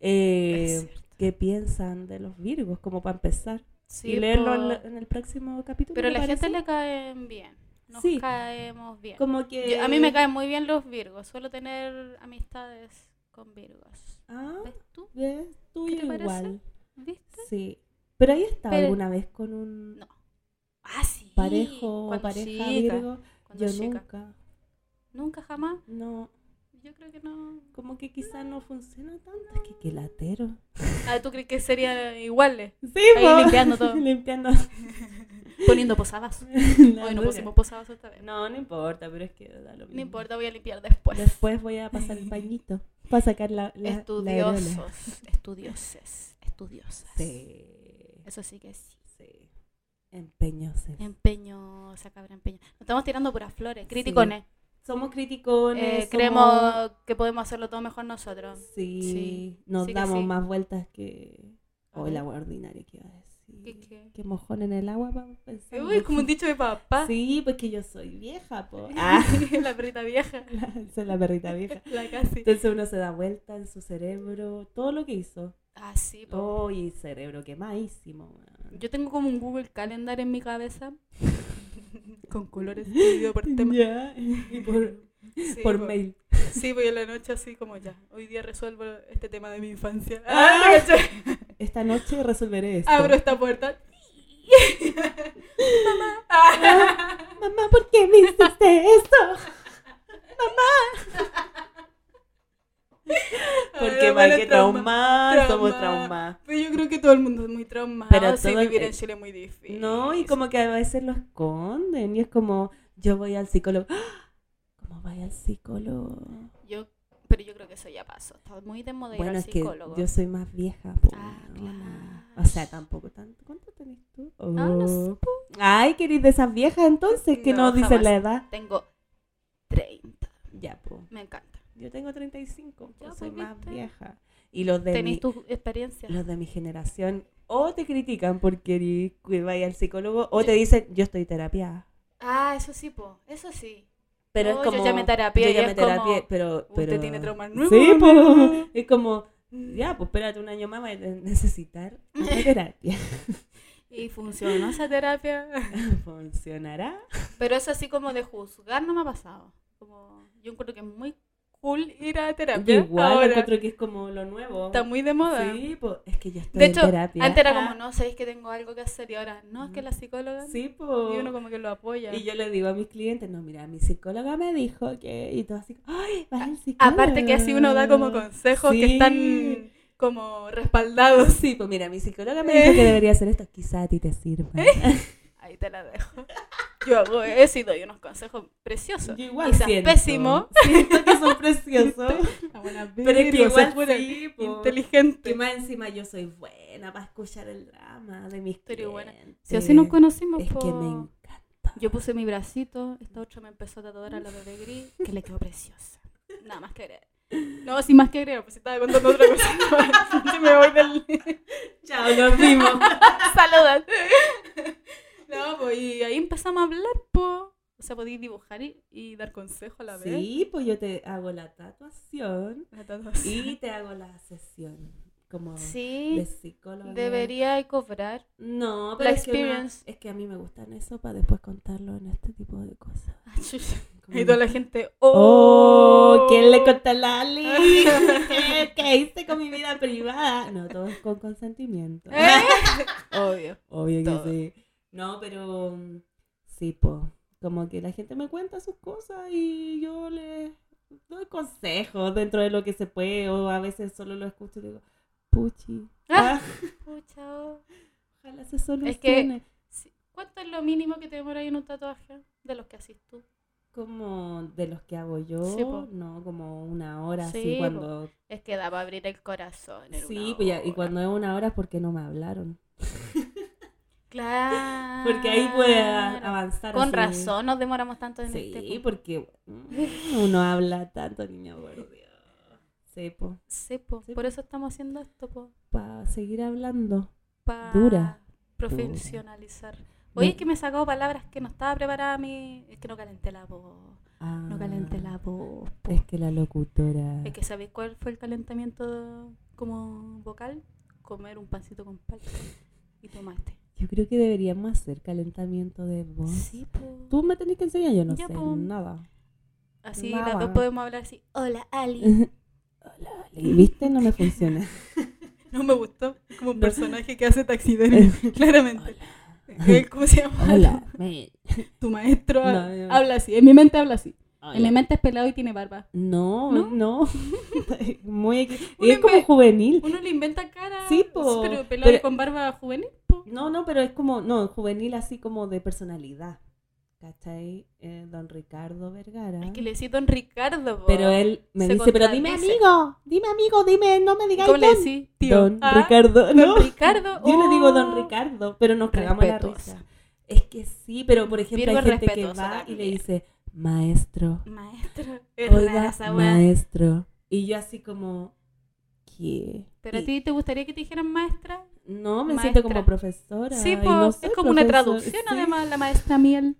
S3: eh,
S2: Es cierto.
S3: ¿Qué piensan de los Virgos? Como para empezar.
S2: Sí,
S3: y leerlo
S2: po.
S3: en, la- en el próximo capítulo.
S2: Pero
S3: ¿te
S2: la gente
S3: parece?
S2: le caen bien. Nos
S3: Sí.
S2: caemos bien.
S3: Como que...
S2: Yo- a mí me caen muy bien los virgos. Suelo tener amistades con virgos.
S3: Ah,
S2: ¿Ves tú?
S3: ves, tú
S2: ¿Qué
S3: y
S2: te
S3: yo
S2: parece?
S3: igual.
S2: ¿Viste?
S3: Sí. Pero ahí estaba
S2: Pero-
S3: alguna vez con un
S2: No. Ah, sí.
S3: parejo o
S2: Cuando
S3: pareja
S2: chica,
S3: Virgo.
S2: cuando
S3: Yo
S2: chica.
S3: nunca.
S2: Nunca jamás.
S3: No.
S2: Yo creo que no.
S3: Como que quizás no funciona tanto. Es que qué latero.
S2: Ah, ¿tú crees que eh? serían iguales?
S3: Sí,
S2: Ahí
S3: po.
S2: limpiando todo.
S3: limpiando.
S2: Poniendo posavasos.
S3: la
S2: Hoy no
S3: dura.
S2: pusimos posavasos esta vez. No,
S3: No, no importa, pero es que da lo mismo.
S2: importa, voy a limpiar después.
S3: Después voy a pasar el pañito para sacar la, la la areola.
S2: Estudiosos. estudioses. Estudiosas.
S3: Sí,
S2: Eso sí que sí.
S3: sí. Empeñose.
S2: Empeño, cabra empeño. Nos estamos tirando puras flores. Criticones.
S3: somos criticones.
S2: Eh,
S3: somos-
S2: creemos que podemos hacerlo todo mejor nosotros.
S3: Sí,
S2: Sí,
S3: nos
S2: sí que
S3: damos
S2: sí.
S3: más vueltas que. O el
S2: Ajá.
S3: agua ordinaria que iba a decir.
S2: ¿Qué- qué?
S3: Que mojón en el agua, vamos pensando.
S4: Uy, como un dicho de
S2: ¿ah?
S4: papá.
S3: Sí, pues que yo soy vieja, po. Ah,
S4: la perrita vieja.
S3: soy la perrita vieja.
S4: La casi.
S3: Entonces uno se da vuelta en su cerebro, todo lo que hizo.
S2: Ah, sí, po.
S3: Oh, y cerebro quemadísimo. weón.
S2: Yo tengo como un Google Calendar en mi cabeza.
S4: Con colores dividido por tema.
S3: Ya, y por,
S4: Sí,
S3: por
S4: po.
S3: mail.
S4: Sí, voy en la noche así como ya. Hoy día resuelvo este tema de mi infancia.
S3: Ah.
S4: ¿te cachai?
S3: Esta noche resolveré
S2: Ah,
S3: esto.
S4: Abro esta puerta.
S3: Ah, Mamá, ¿por qué me hiciste esto? Porque
S4: Ahora
S3: va
S4: van a
S3: que
S4: trauma.
S3: traumar, somos
S4: Trauma.
S3: traumadas.
S4: Pero yo creo que todo el mundo es muy traumado.
S3: Pero
S4: Pero sí,
S3: todo- eh,
S4: vivir en Chile es muy difícil.
S3: No, y como que a veces lo esconden. Y es como, yo voy al psicólogo. ¡Ah! ¿Cómo vaya al psicólogo?
S2: Yo, pero yo creo que eso ya pasó. Está muy de moda ir
S3: Bueno,
S2: al
S3: es que
S2: psicólogo.
S3: yo soy más vieja. po,
S2: Ah,
S3: weona.
S2: claro.
S3: O sea, tampoco tanto. ¿Cuánto tenés tú?
S2: Ah, no sé,
S3: Oh. Ay, querís de esas viejas entonces que no,
S2: No,
S3: dicen
S2: jamás.
S3: la edad.
S2: Tengo 30.
S3: Ya, po.
S2: Me encanta.
S3: Yo tengo 35, po,
S2: Ya, pues,
S3: soy más
S2: ¿viste?
S3: vieja. Y los de mi,
S2: ¿Tenéis tus experiencias?
S3: los de mi generación o te critican por querer que vaya al psicólogo o te dicen, yo estoy terapia.
S2: Ah, eso sí, po. Eso sí.
S3: Pero
S2: No,
S3: es
S2: yo
S3: como.
S2: ya me terapié
S3: yo
S2: y
S3: ya
S2: es
S3: me terapié,
S2: como,
S3: pero,
S4: usted
S3: pero.
S4: tiene traumas
S3: Sí,
S4: nuevos,
S3: po.
S4: amigo.
S3: Es como, ya, pues espérate un año más, voy a necesitar una terapia.
S2: Y funcionó esa terapia.
S3: ¿Funcionará?
S2: Pero eso así como de juzgar no me ha pasado. Como, yo encuentro que es muy
S4: Cool ir a
S3: Yo
S4: terapia.
S3: igual
S4: Ahora
S3: encuentro que es como lo nuevo.
S4: está muy de moda.
S3: Sí, pues es que yo estoy
S2: De
S3: en
S2: hecho,
S3: terapia.
S2: antes era
S4: Ah.
S2: como, no, sabéis que tengo algo que hacer y ahora, no, es que la psicóloga.
S3: Sí,
S4: Y uno
S3: pues.
S4: como que lo apoya.
S3: Y yo le digo a mis clientes, no, mira, mi psicóloga me dijo que. Y todo así, ¡ay! Vas al psicólogo.
S4: Aparte que así uno da como consejos
S3: "Mm, Sí.
S4: que están como respaldados.
S3: Sí, pues mira, mi psicóloga me dijo que debería hacer esto. Quizá a ti te sirva.
S2: Ahí te la dejo. Yo hago eso y doy unos consejos preciosos.
S3: Yo igual
S2: Quizás
S3: siento.
S2: pésimo.
S3: Siento que son preciosos.
S4: Pero
S3: es que igual sí, po.
S4: inteligente.
S3: Que más encima yo soy buena para escuchar el drama de mis
S2: Pero
S3: clientes.
S2: buena. Si así nos conocimos,
S3: Eh, Es
S2: po.
S3: que me encanta.
S2: yo puse mi bracito, esta otra me empezó a tatuar a la bebé gris, que le quedó preciosa. Nada más que agregar.
S4: No, sin más que agregar, pues estaba contando otra cosa. Se me voy del...
S3: Chao, nos vimos.
S2: Saludos.
S4: No, pues y
S2: Y ahí empezamos a hablar, po. O sea, podéis dibujar y,
S4: y dar consejo a la vez.
S3: sí, pues yo te hago la tatuación
S4: A todos.
S3: y te hago la sesión como de
S2: Sí,
S3: psicóloga.
S2: debería cobrar.
S3: No, pero
S2: La
S3: es que, no-
S2: experience.
S3: es que a mí me gustan eso para después contarlo en este tipo de cosas. Como-
S4: Y toda la gente,
S3: Oh,
S4: ¡oh!
S3: ¿quién le contó a Lali? ¿Qué hice con mi vida privada? No, todo es con consentimiento.
S2: Eh. Obvio.
S3: Obvio que
S2: Todo.
S3: sí. No, pero mm, sí, po. Como que la gente me cuenta sus cosas y yo les doy consejos dentro de lo que se puede o a veces solo lo escucho y digo, puchi,
S2: Ah.
S3: ah,
S2: Pucha.
S3: ojalá se solucione.
S2: Es que- Sí. ¿Cuánto es lo mínimo que te demoráis en un tatuaje de los que haces tú?
S3: Como de los que hago yo,
S2: Sí, po.
S3: ¿no? Como una hora, así
S2: Sí, po.
S3: cuando...
S2: Es que da para abrir el corazón. en
S3: Sí,
S2: una
S3: pues ya, y
S2: hora.
S3: cuando es una hora es porque no me hablaron.
S2: Claro.
S3: Porque ahí puede a- avanzar.
S2: Ah, Con
S3: así.
S2: razón nos demoramos tanto en
S3: Sí, pues,
S2: este punto.
S3: porque mm, uno habla tanto, niña, por Dios. Sí, po.
S2: Sí, po.
S3: Sí, po.
S2: por eso estamos haciendo esto, po.
S3: Para seguir hablando.
S2: Para
S3: Dura.
S2: profesionalizar. Oye,
S3: No.
S2: es que me he sacado palabras que no estaba preparada a mí. Es que no calenté la voz.
S3: Ah,
S2: No calenté la voz, po.
S3: Es que la locutora.
S2: Es que ¿sabéis cuál fue el calentamiento como vocal? Comer un pancito con palta y tomate.
S3: Yo creo que deberíamos hacer calentamiento de voz.
S2: Sí, po.
S3: Tú me tenés que enseñar, yo no
S2: Ya,
S3: sé
S2: po.
S3: nada.
S2: Así
S3: Nada.
S2: las dos podemos hablar así. Hola, Ali.
S3: Hola, Ale, ¿viste? No me funciona.
S4: No me gustó. Como un personaje que hace taxidermia, claramente. Eh, ¿Cómo se llama?
S3: Hola, me-
S4: Tu maestro
S3: No, no, no.
S4: habla así. En mi mente habla así.
S3: Hola.
S4: mente es pelado y tiene barba.
S3: No, no. Muy equi-
S4: Uno
S3: es como
S4: inve-
S3: juvenil.
S4: Uno le inventa cara.
S3: Sí, po.
S4: Pero pelado y
S3: Pero-
S4: con barba juvenil.
S3: No, no, pero es como, no, juvenil así como de personalidad. ¿Cachai? Eh, don Ricardo Vergara.
S2: Es que le decís Don Ricardo, po.
S3: Pero él me
S2: Se
S3: dice, pero dime
S2: contradice.
S3: amigo, dime amigo, dime, no me digáis
S2: ¿Cómo le
S3: don".
S2: decís?
S4: Tío.
S3: Don
S4: Ah,
S3: Ricardo, ¿no?
S2: Ricardo.
S3: Yo le digo don
S2: oh.
S3: Ricardo, pero nos cagamos la
S2: Respetuosa.
S3: risa. Es que sí, pero por ejemplo
S2: Virgo
S3: hay gente que
S2: respetuoso
S3: va y le
S2: también.
S3: dice, maestro,
S2: Maestro.
S3: oiga, maestro. Y yo así como, ¿qué?
S2: ¿Pero a
S3: Y-
S2: ti te gustaría que te dijeran maestra?
S3: No, me
S2: maestra.
S3: siento como profesora.
S2: Sí,
S3: y
S2: pues
S3: no
S2: es
S3: soy
S2: como una
S3: profesora,
S2: traducción
S3: sí.
S2: además, la maestra miel.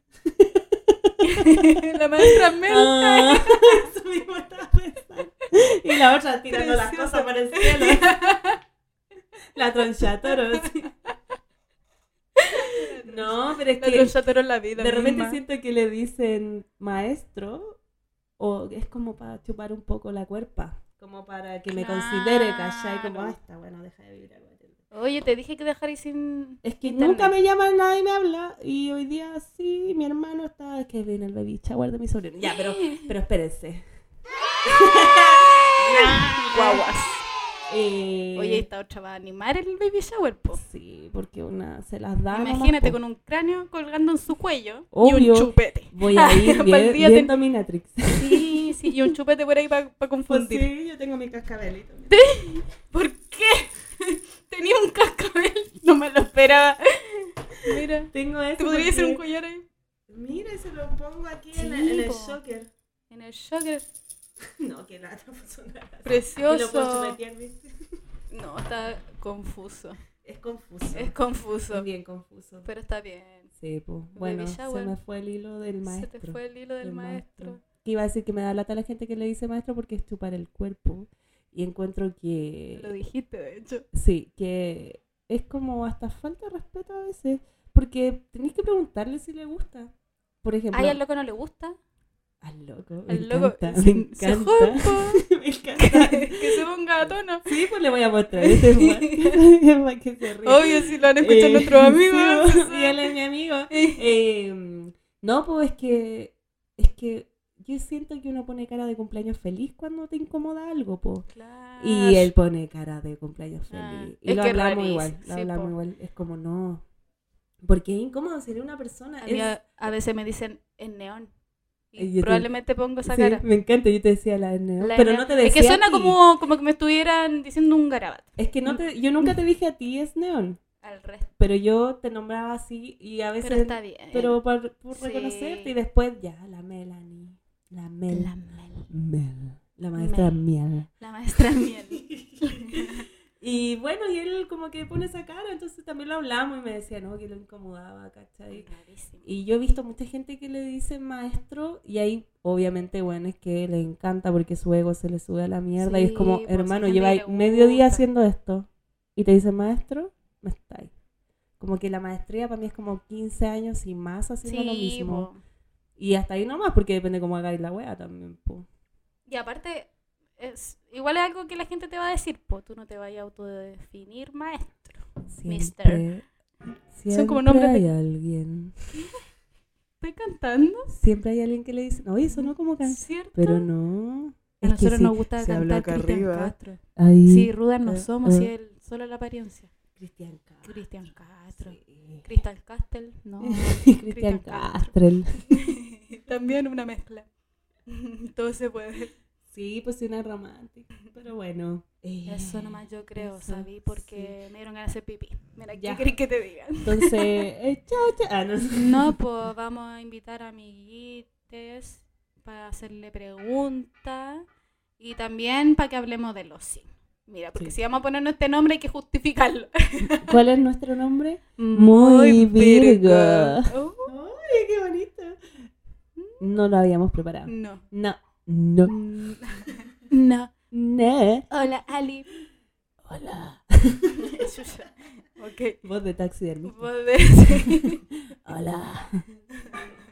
S2: la maestra miel.
S3: Ah, eso mismo estaba pensando. Y la otra tirando las
S4: Preciosa.
S3: cosas para el cielo. La tronchatoro. sí. No, pero es
S4: La
S3: que
S4: troncha toro en la vida.
S3: de repente
S4: misma.
S3: siento que le dicen maestro o es como para chupar un poco la cuerpa. Como para que me considere, ¿cachai? Como,
S2: Claro.
S3: ah, está bueno, deja de vibrar.
S2: Oye, te dije que dejarais sin...
S3: Es que
S2: Internet.
S3: nunca me llama nadie me habla. Y hoy día sí, mi hermano está. Es que viene el baby shower de mi sobrino. Ya, pero, pero espérense.
S2: Ah, Guaguas.
S3: Eh,
S2: Oye, esta otra va a animar el baby shower, po.
S3: Sí, porque una se las da. nomás,
S2: Imagínate
S3: po.
S2: con un cráneo colgando en su cuello y
S3: Obvio.
S2: un chupete.
S3: Voy a ir bien,
S2: Pa'l día
S3: bien
S2: ten-
S3: dominatrix.
S2: Sí, sí, y un chupete por ahí para confundir.
S3: Pues sí, yo tengo mi cascabelito.
S2: ¿Por qué? Tenía un cascabel, no me lo esperaba. Mira,
S3: Tengo eso.
S4: ¿Te podría hacer un
S3: porque-
S4: collar ahí?
S3: Mira, se lo pongo aquí en, la-
S2: Sí,
S3: en el
S2: po.
S3: shocker.
S2: en el shocker,
S3: No, pues, que nada, no pasó nada. Y lo puedo
S2: precioso.
S3: chupetear, ¿viste?
S2: No, está confuso.
S3: Es confuso.
S2: Es confuso,
S3: bien confuso.
S2: pero está bien.
S3: Sí, pues. Bueno, se
S2: shower.
S3: me fue el hilo del maestro.
S2: Se te fue el hilo del
S3: El
S2: maestro.
S3: maestro. Que iba a decir que me da lata la gente que le dice maestro porque es chupar el cuerpo. Y encuentro que.
S2: Lo dijiste, de hecho.
S3: Sí, que es como hasta falta de respeto a veces. Porque tenés que preguntarle si le gusta. Por ejemplo,
S2: Ay, al loco no le gusta.
S3: al loco. me
S2: Al loco
S3: encanta,
S2: se-
S3: me
S2: se
S3: encanta.
S2: jode, po.
S3: me encanta.
S2: que se ponga a tono.
S3: Sí, pues le voy a mostrar. Este es más- es más que se ríe.
S4: Obvio, si lo han escuchado
S3: Eh,
S4: nuestros amigos.
S3: sí, y él es mi amigo. Eh, no, pues es que, es que yo siento que uno pone cara de cumpleaños feliz cuando te incomoda algo, pues. po.
S2: Claro.
S3: Y él pone cara de cumpleaños
S2: Ah,
S3: feliz. y
S2: es
S3: lo
S2: que
S3: hablamos
S2: rarísimo,
S3: igual, lo
S2: sí,
S3: hablamos
S2: po.
S3: igual. Es como, no. Porque es incómodo ser una persona.
S2: A
S3: es-
S2: mí a, a veces me dicen en neón.
S3: Eh, yo
S2: Y
S3: te-
S2: probablemente pongo esa
S3: sí,
S2: cara.
S3: me encanta, yo te decía la neo,
S2: La
S3: pero
S2: neo-
S3: no te decía
S2: Es que suena
S3: a ti.
S2: como, como que me estuvieran diciendo un garabato.
S3: Es que no te, yo nunca te dije a ti es neón,
S2: Al resto.
S3: pero yo te nombraba así y a veces...
S2: Pero está bien.
S3: pero por, por
S2: Sí.
S3: reconocerte y después ya, la Melanie, la Mel.
S2: La, Mel,
S3: Mel. La maestra
S2: Mel.
S3: Miel.
S2: la maestra miel.
S3: Y bueno, y él como que pone esa cara, entonces también lo hablamos y me decía, no, que lo incomodaba, ¿cachai?
S2: Rarísimo.
S3: Y yo he visto mucha gente que le dice maestro y ahí obviamente, bueno, es que le encanta porque su ego se le sube a la mierda y es como,
S2: Sí, pues,
S3: hermano,
S2: hay gente
S3: lleva
S2: que le
S3: medio día
S2: gusta".
S3: haciendo esto y te dice maestro, no está ahí. Como que la maestría para mí es como 15 años y más haciendo lo
S2: Sí,
S3: mismo.
S2: po.
S3: Y hasta ahí nomás, porque depende cómo hagáis la wea también, po.
S2: y aparte, es, igual es algo que la gente te va a decir, po, tú no te vayas a autodefinir maestro. Mister.
S3: Siempre-
S2: Son como
S3: siempre
S2: nombres de-
S3: hay alguien.
S2: ¿Estoy cantando?
S3: Siempre hay alguien que le dice, oye, eso no como canción.
S2: ¿Cierto?
S3: Pero no.
S2: a
S3: Es que
S2: nosotros
S3: sí,
S2: nos gusta
S4: se habló acá
S2: cantar Cristian
S4: arriba.
S2: Castro.
S3: ahí-
S2: Sí, rudas no
S3: eh,
S2: somos, y
S3: eh.
S2: él, solo la apariencia.
S3: Cristian Castro.
S2: Cristian Castro.
S3: Sí.
S2: Crystal Castle, no.
S3: Cristian
S2: Cristian
S3: Castrel.
S4: También una mezcla. Todo se puede.
S3: Sí, pues sí, una romántica. Pero bueno. eh,
S2: Eso nomás yo creo,
S3: eso,
S2: sabí, porque me dieron ganas de hacer pipí. Mira,
S3: Ya.
S2: ¿qué crees que te digan?
S3: Entonces, eh, chao, chao. Ah, no sé.
S2: No, pues vamos a invitar a amiguites para hacerle preguntas y también para que hablemos de los signos. Mira, porque
S3: Sí.
S2: si vamos a ponernos este nombre hay que justificarlo.
S3: ¿Cuál es nuestro nombre? Muy Virgo.
S2: Oh,
S3: Ay, qué bonito. No lo habíamos preparado.
S4: No.
S3: No. No.
S2: No.
S3: No.
S2: Hola, Ali.
S3: Hola.
S2: Chucha. ok.
S3: Voz de taxidermista.
S2: Poder-
S3: Hola.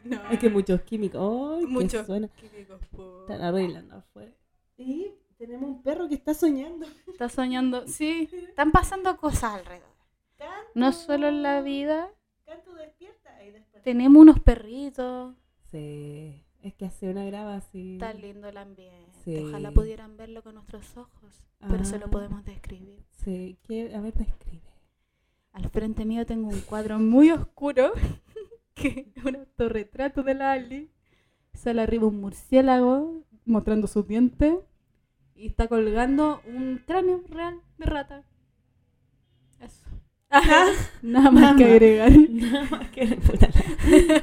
S4: No.
S3: Es que muchos químicos. Ay,
S4: Muchos.
S3: Que suena.
S4: Químicos, po.
S3: Están arreglando afuera. Y tenemos un perro que está soñando.
S2: Está soñando. Sí, están pasando cosas alrededor.
S3: Canto.
S2: No solo en la vida.
S3: Canto despierta y despierta.
S2: Tenemos unos perritos.
S3: Sí. Es que hace una graba así.
S2: Está lindo el ambiente.
S3: Sí.
S2: Ojalá pudieran verlo con nuestros ojos. Pero se
S3: Ah.
S2: lo podemos describir.
S3: Sí. ¿Qué? A ver, describe.
S2: Al frente mío tengo un cuadro muy oscuro. Que es un autorretrato de la Ali. Sale arriba un murciélago mostrando sus dientes. Y está colgando un cráneo real de rata. Eso. Nada más
S3: Nada
S2: que
S3: más.
S2: agregar.
S3: Nada más que la puta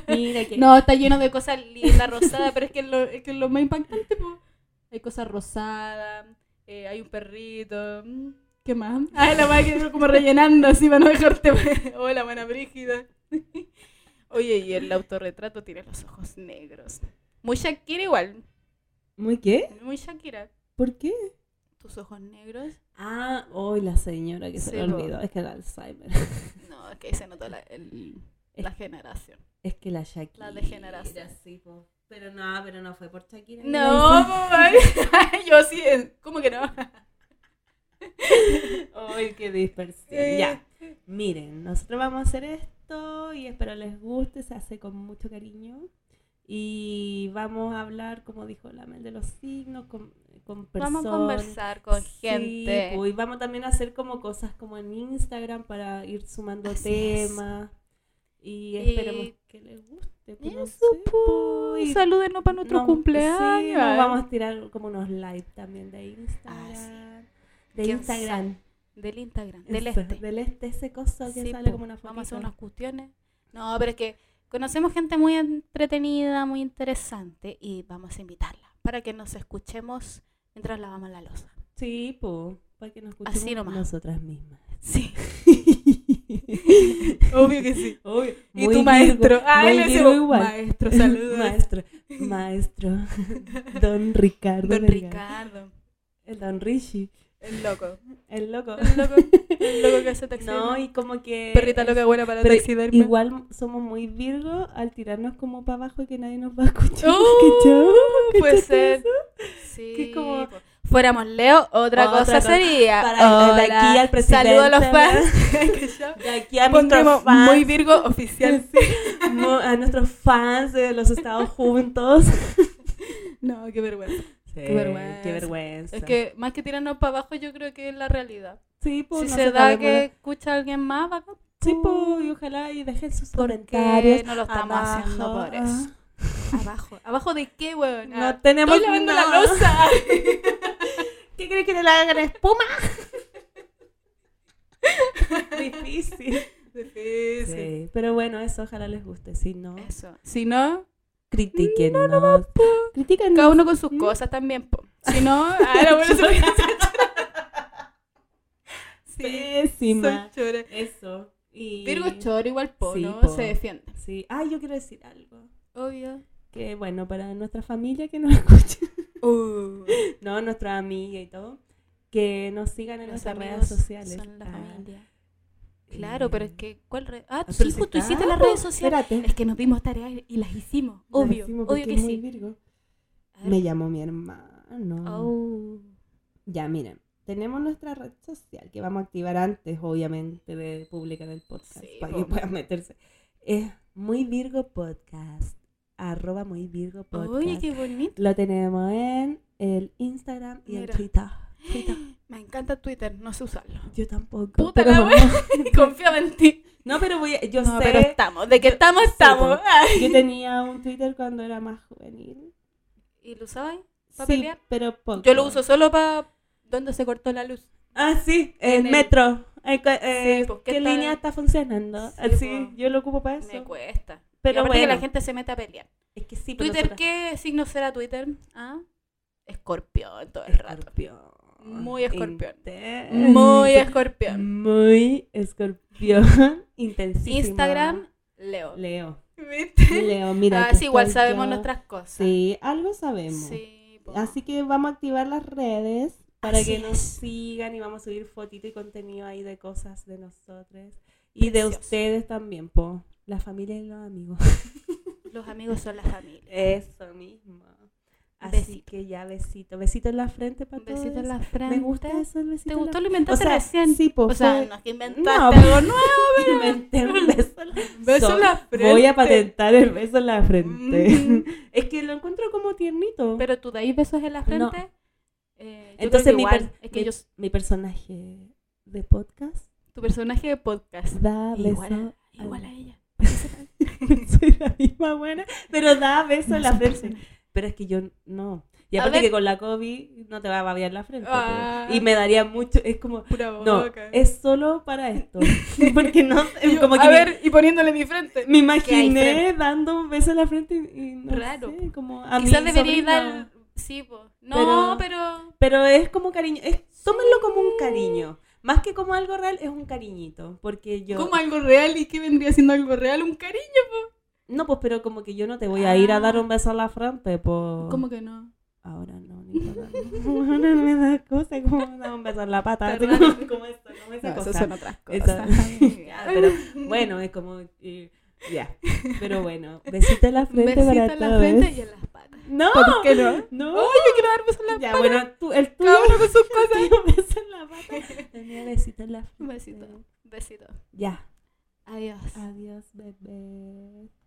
S3: la- Mira que.
S2: No, está lleno de cosas lindas, rosadas, pero es que lo, es que lo más impactante, po. hay cosas rosadas, eh, hay un perrito, mm, ¿qué más? Ah, la va que como rellenando así para no dejarte. Hola, buena Brígida. Oye, y el autorretrato tiene los ojos negros. Muy Shakira igual,
S3: ¿Muy qué?
S2: muy Shakira.
S3: ¿Por qué?
S2: ¿Tus ojos negros?
S3: Ah, hoy la señora que se
S2: Sí,
S3: le
S2: po.
S3: olvidó. Es que el Alzheimer.
S2: No, es que ahí se nota la, el- la generación.
S3: Es que la Shakira.
S2: La degeneración.
S3: sí, po. Pero no, pero no fue por Shakira.
S2: No, mamá. yo sí, eh, ¿cómo que no?
S3: Ay, qué dispersión.
S4: Eh.
S3: Ya. Miren, nosotros vamos a hacer esto y espero les guste, se hace con mucho cariño. Y vamos a hablar, como dijo la Mel, de los signos, con, con personas.
S2: Vamos a conversar con
S3: Sí, pues,
S2: gente.
S3: po, y vamos también a hacer como cosas como en Instagram para ir sumando
S2: Así es.
S3: temas.
S2: Y-
S3: Y esperemos que les guste. po, no
S2: Eso,
S3: sé, po,
S2: pues.
S3: y
S2: Salúdenos para nuestro
S3: no,
S2: cumpleaños.
S3: sí, nos vamos a tirar como unos live también de Instagram.
S2: Ah,
S3: De
S2: ¿Quién
S3: Instagram.
S2: Del Instagram, del
S3: Eso,
S2: este.
S3: Del este, ese coso que
S2: Sí,
S3: sale
S2: pues,
S3: como una foto.
S2: Vamos a hacer unas cuestiones. No, pero es que conocemos gente muy entretenida, muy interesante y vamos a invitarla para que nos escuchemos mientras lavamos la losa.
S3: Sí, po, para que nos escuchemos
S2: Así nomás.
S3: nosotras mismas.
S2: Sí.
S4: Obvio que sí.
S3: Obvio,
S4: Y
S3: muy
S4: tu
S3: Virgo,
S4: maestro. Ah,
S3: muy
S4: él es
S3: Virgo igual.
S4: Maestro, saludos.
S3: Maestro, maestro, don Ricardo.
S2: Don
S3: Vergara.
S2: Ricardo.
S3: El don Rishi,
S4: El loco.
S3: el loco.
S2: El loco, el loco que hace taxi.
S3: No, y como que...
S4: Perrita loca buena para
S3: Pues, Pero
S4: taxidermia.
S3: igual somos muy Virgo al tirarnos como para abajo y que nadie nos va a escuchar.
S2: Oh,
S3: ¿Cachai?
S2: puede
S3: ¿Cachai
S2: ser.
S3: eso?
S2: Sí.
S3: que es como-
S2: po. Fuéramos Leo, otra,
S3: Otra
S2: cosa
S3: cosa.
S2: sería.
S3: Para- de
S2: Hola,
S3: aquí al presidente,
S2: Saludo a los fans.
S4: Que ya
S3: De aquí a nuestros
S4: Pondremos
S3: fans.
S4: muy Virgo oficial.
S3: mo- a nuestros fans de los Estados Juntos.
S4: No, qué vergüenza.
S3: qué
S2: vergüenza.
S3: Qué vergüenza.
S2: Es que más que tirarnos para abajo, yo creo que es la realidad.
S3: sí, po,
S2: si
S3: Pues, no
S2: se da
S3: sabemos
S2: que
S3: la-
S2: escucha a alguien más, bacán,
S3: Sí, po, y ojalá y dejen sus
S2: que
S3: comentarios.
S2: no lo estamos
S3: abajo,
S2: haciendo por eso. Abajo. ¿Abajo de qué,
S3: ah.
S2: weón?
S3: No tenemos
S2: Estoy lavando
S3: no.
S2: la losa.
S3: ¿Qué crees que te la hagan espuma? Difícil.
S4: Difícil.
S3: Sí, pero bueno, eso ojalá les guste. Si no,
S2: Eso. Si no,
S3: critiquennos. No,
S2: cada uno con sus cosas también, po. Si Ah, no, ahora bueno, se me- sí.
S3: Pésima.
S4: Soy chora.
S3: Eso. Y...
S2: Virgo es choro igual, po,
S3: Sí,
S2: ¿no?
S3: po.
S2: Se defiende.
S3: Sí. Ah, yo quiero decir algo.
S2: Obvio.
S3: Que bueno, para nuestra familia que nos escucha.
S4: Uh,
S3: no, nuestra amiga y todo, que nos sigan en
S2: Los
S3: nuestras
S2: amigos
S3: redes sociales.
S2: Son la
S3: Ah,
S2: familia.
S3: eh,
S2: Claro, pero es que, ¿cuál red? Ah,
S3: ah,
S2: sí,
S3: pero si
S2: justo hiciste
S3: está,
S2: las redes sociales.
S3: Espérate.
S2: Es que nos dimos tareas y las hicimos,
S3: Lo
S2: obvio,
S3: decimos
S2: obvio
S3: porque
S2: que
S3: es muy
S2: sí.
S3: Virgo.
S2: A ver.
S3: Me llamó mi hermano.
S2: Oh.
S3: Ya, miren. Tenemos nuestra red social que vamos a activar antes, obviamente, de publicar el podcast
S2: Sí,
S3: para
S2: po.
S3: que puedan meterse. Es muy Virgo Podcast. Arroba muy Virgo Podcast.
S2: Oye, qué bonito.
S3: Lo tenemos en el Instagram y en
S2: Mira.
S3: Twitter. Twitter.
S2: Me encanta Twitter, no sé usarlo.
S3: Yo tampoco.
S2: Puta
S3: pero
S2: la
S3: vamos-
S2: Confiaba en ti.
S3: No, pero voy a- yo
S2: No,
S3: sé.
S2: pero estamos, de que estamos,
S3: sí,
S2: estamos.
S3: po.
S2: Ay.
S3: Yo tenía un Twitter cuando era más juvenil.
S2: ¿Y lo usabas? ¿Pa
S3: sí,
S2: pelear?
S3: pero poco.
S2: Yo lo uso solo para donde se cortó la luz.
S3: Ah, sí, en,
S2: En el-
S3: metro. Eh, cu- eh,
S2: pues, que
S3: ¿Qué
S2: está-
S3: línea está funcionando?
S2: Sí,
S3: Así,
S2: pues.
S3: yo lo ocupo para eso.
S2: Me cuesta.
S3: Pero
S2: Pero aparte que
S3: bueno.
S2: la gente se mete a pelear.
S3: Es que sí, pero
S2: ¿Twitter
S3: nosotras-
S2: qué signo será Twitter? Ah, escorpión todo el rato.
S3: Escorpión.
S2: Muy escorpión.
S3: Intenso.
S2: Muy escorpión.
S3: Muy escorpión. Intensísimo.
S2: Instagram, Leo.
S3: Leo.
S2: ¿Viste?
S3: Leo, mira.
S2: ah,
S3: aquí
S2: sí, igual
S3: estoy
S2: sabemos
S3: yo.
S2: nuestras cosas.
S3: Sí, algo sabemos.
S2: Sí, po.
S3: Así que vamos a activar las redes para
S2: Así
S3: que nos
S2: es.
S3: sigan y vamos a subir fotito y contenido ahí de cosas de nosotros y de
S2: Precioso.
S3: ustedes también, po. La familia y los amigos.
S2: Los amigos son la familia.
S3: Eso mismo. Así
S2: Besito.
S3: que ya besito, besito en la frente para
S2: Un
S3: todos.
S2: besito en la frente.
S3: Me gusta eso el besito.
S2: ¿Te
S3: en la
S2: gustó?
S3: frente.
S2: Lo inventaste
S3: o sea,
S2: recién.
S3: Sí, po,
S2: o sea,
S3: fue-
S2: no es que inventaste
S3: No,
S2: algo nuevo.
S3: inventé un beso en la
S4: Beso en la frente.
S3: Voy a patentar el beso en la frente.
S4: Mm.
S3: es que lo encuentro como tiernito.
S2: Pero tú dais besos en la
S3: No.
S2: frente. Eh, yo
S3: Entonces
S2: creo que
S3: mi,
S2: igual,
S3: per-
S2: es que
S3: mi-
S2: yo,
S3: mi personaje de podcast
S2: tu personaje de podcast.
S3: da Ah, beso.
S2: Igual ¿eh? a,
S3: al-
S2: igual a ella.
S3: Soy la misma buena, pero da beso en
S2: No
S3: la
S2: son
S3: frente.
S2: personajes.
S3: Pero es que yo no. Y
S2: A
S3: aparte
S2: ver.
S3: que con la COVID no te va a babear la frente. pues.
S4: Ah.
S3: Y me daría mucho, es como,
S4: Pura
S3: no,
S4: boca.
S3: es solo para esto. Porque no,
S4: Y yo,
S3: como que
S4: a
S3: me-
S4: ver, y poniéndole mi frente.
S3: me
S1: ¿Qué hay,
S3: imaginé
S1: Fran?
S3: dando un beso en la frente y, y no
S1: Raro.
S3: sé, como a mi
S2: Quizás debería
S3: sobrina.
S2: dar. Sí, po. No,
S3: Pero-
S2: pero.
S3: Pero es como cariño, es, tómenlo como un cariño. Más que como algo real, es un cariñito. Porque yo.
S4: Como algo real, ¿y qué vendría siendo algo real? Un cariño.
S3: No, pues, pero como que yo no te voy a ir a dar un beso en la frente, pues.
S4: ¿Cómo que no?
S3: Ahora no, ni cagando. Ahora me da cosa como dar un beso en la pata. así
S4: Perdón.
S3: como, como esto, como esa
S4: No,
S3: cosa.
S4: esas son otras
S3: Esa-
S4: cosas.
S3: Ya, pero bueno, es como. eh, ya. Pero bueno, besito en la
S2: Un
S3: frente
S2: besito
S3: para
S2: en la
S3: todos. Oh,
S2: frente y en las patas.
S3: No,
S4: ¿Por qué no?
S3: no.
S4: Yo quiero dar besos en la
S3: ya, bueno, tú, el tuyo.
S4: Cada uno con sus cosas.
S3: el tuyo, beso en la pata. Tenía besito en la frente.
S2: Un besito. Besito.
S3: Ya.
S2: Adiós.
S3: Adiós, bebé.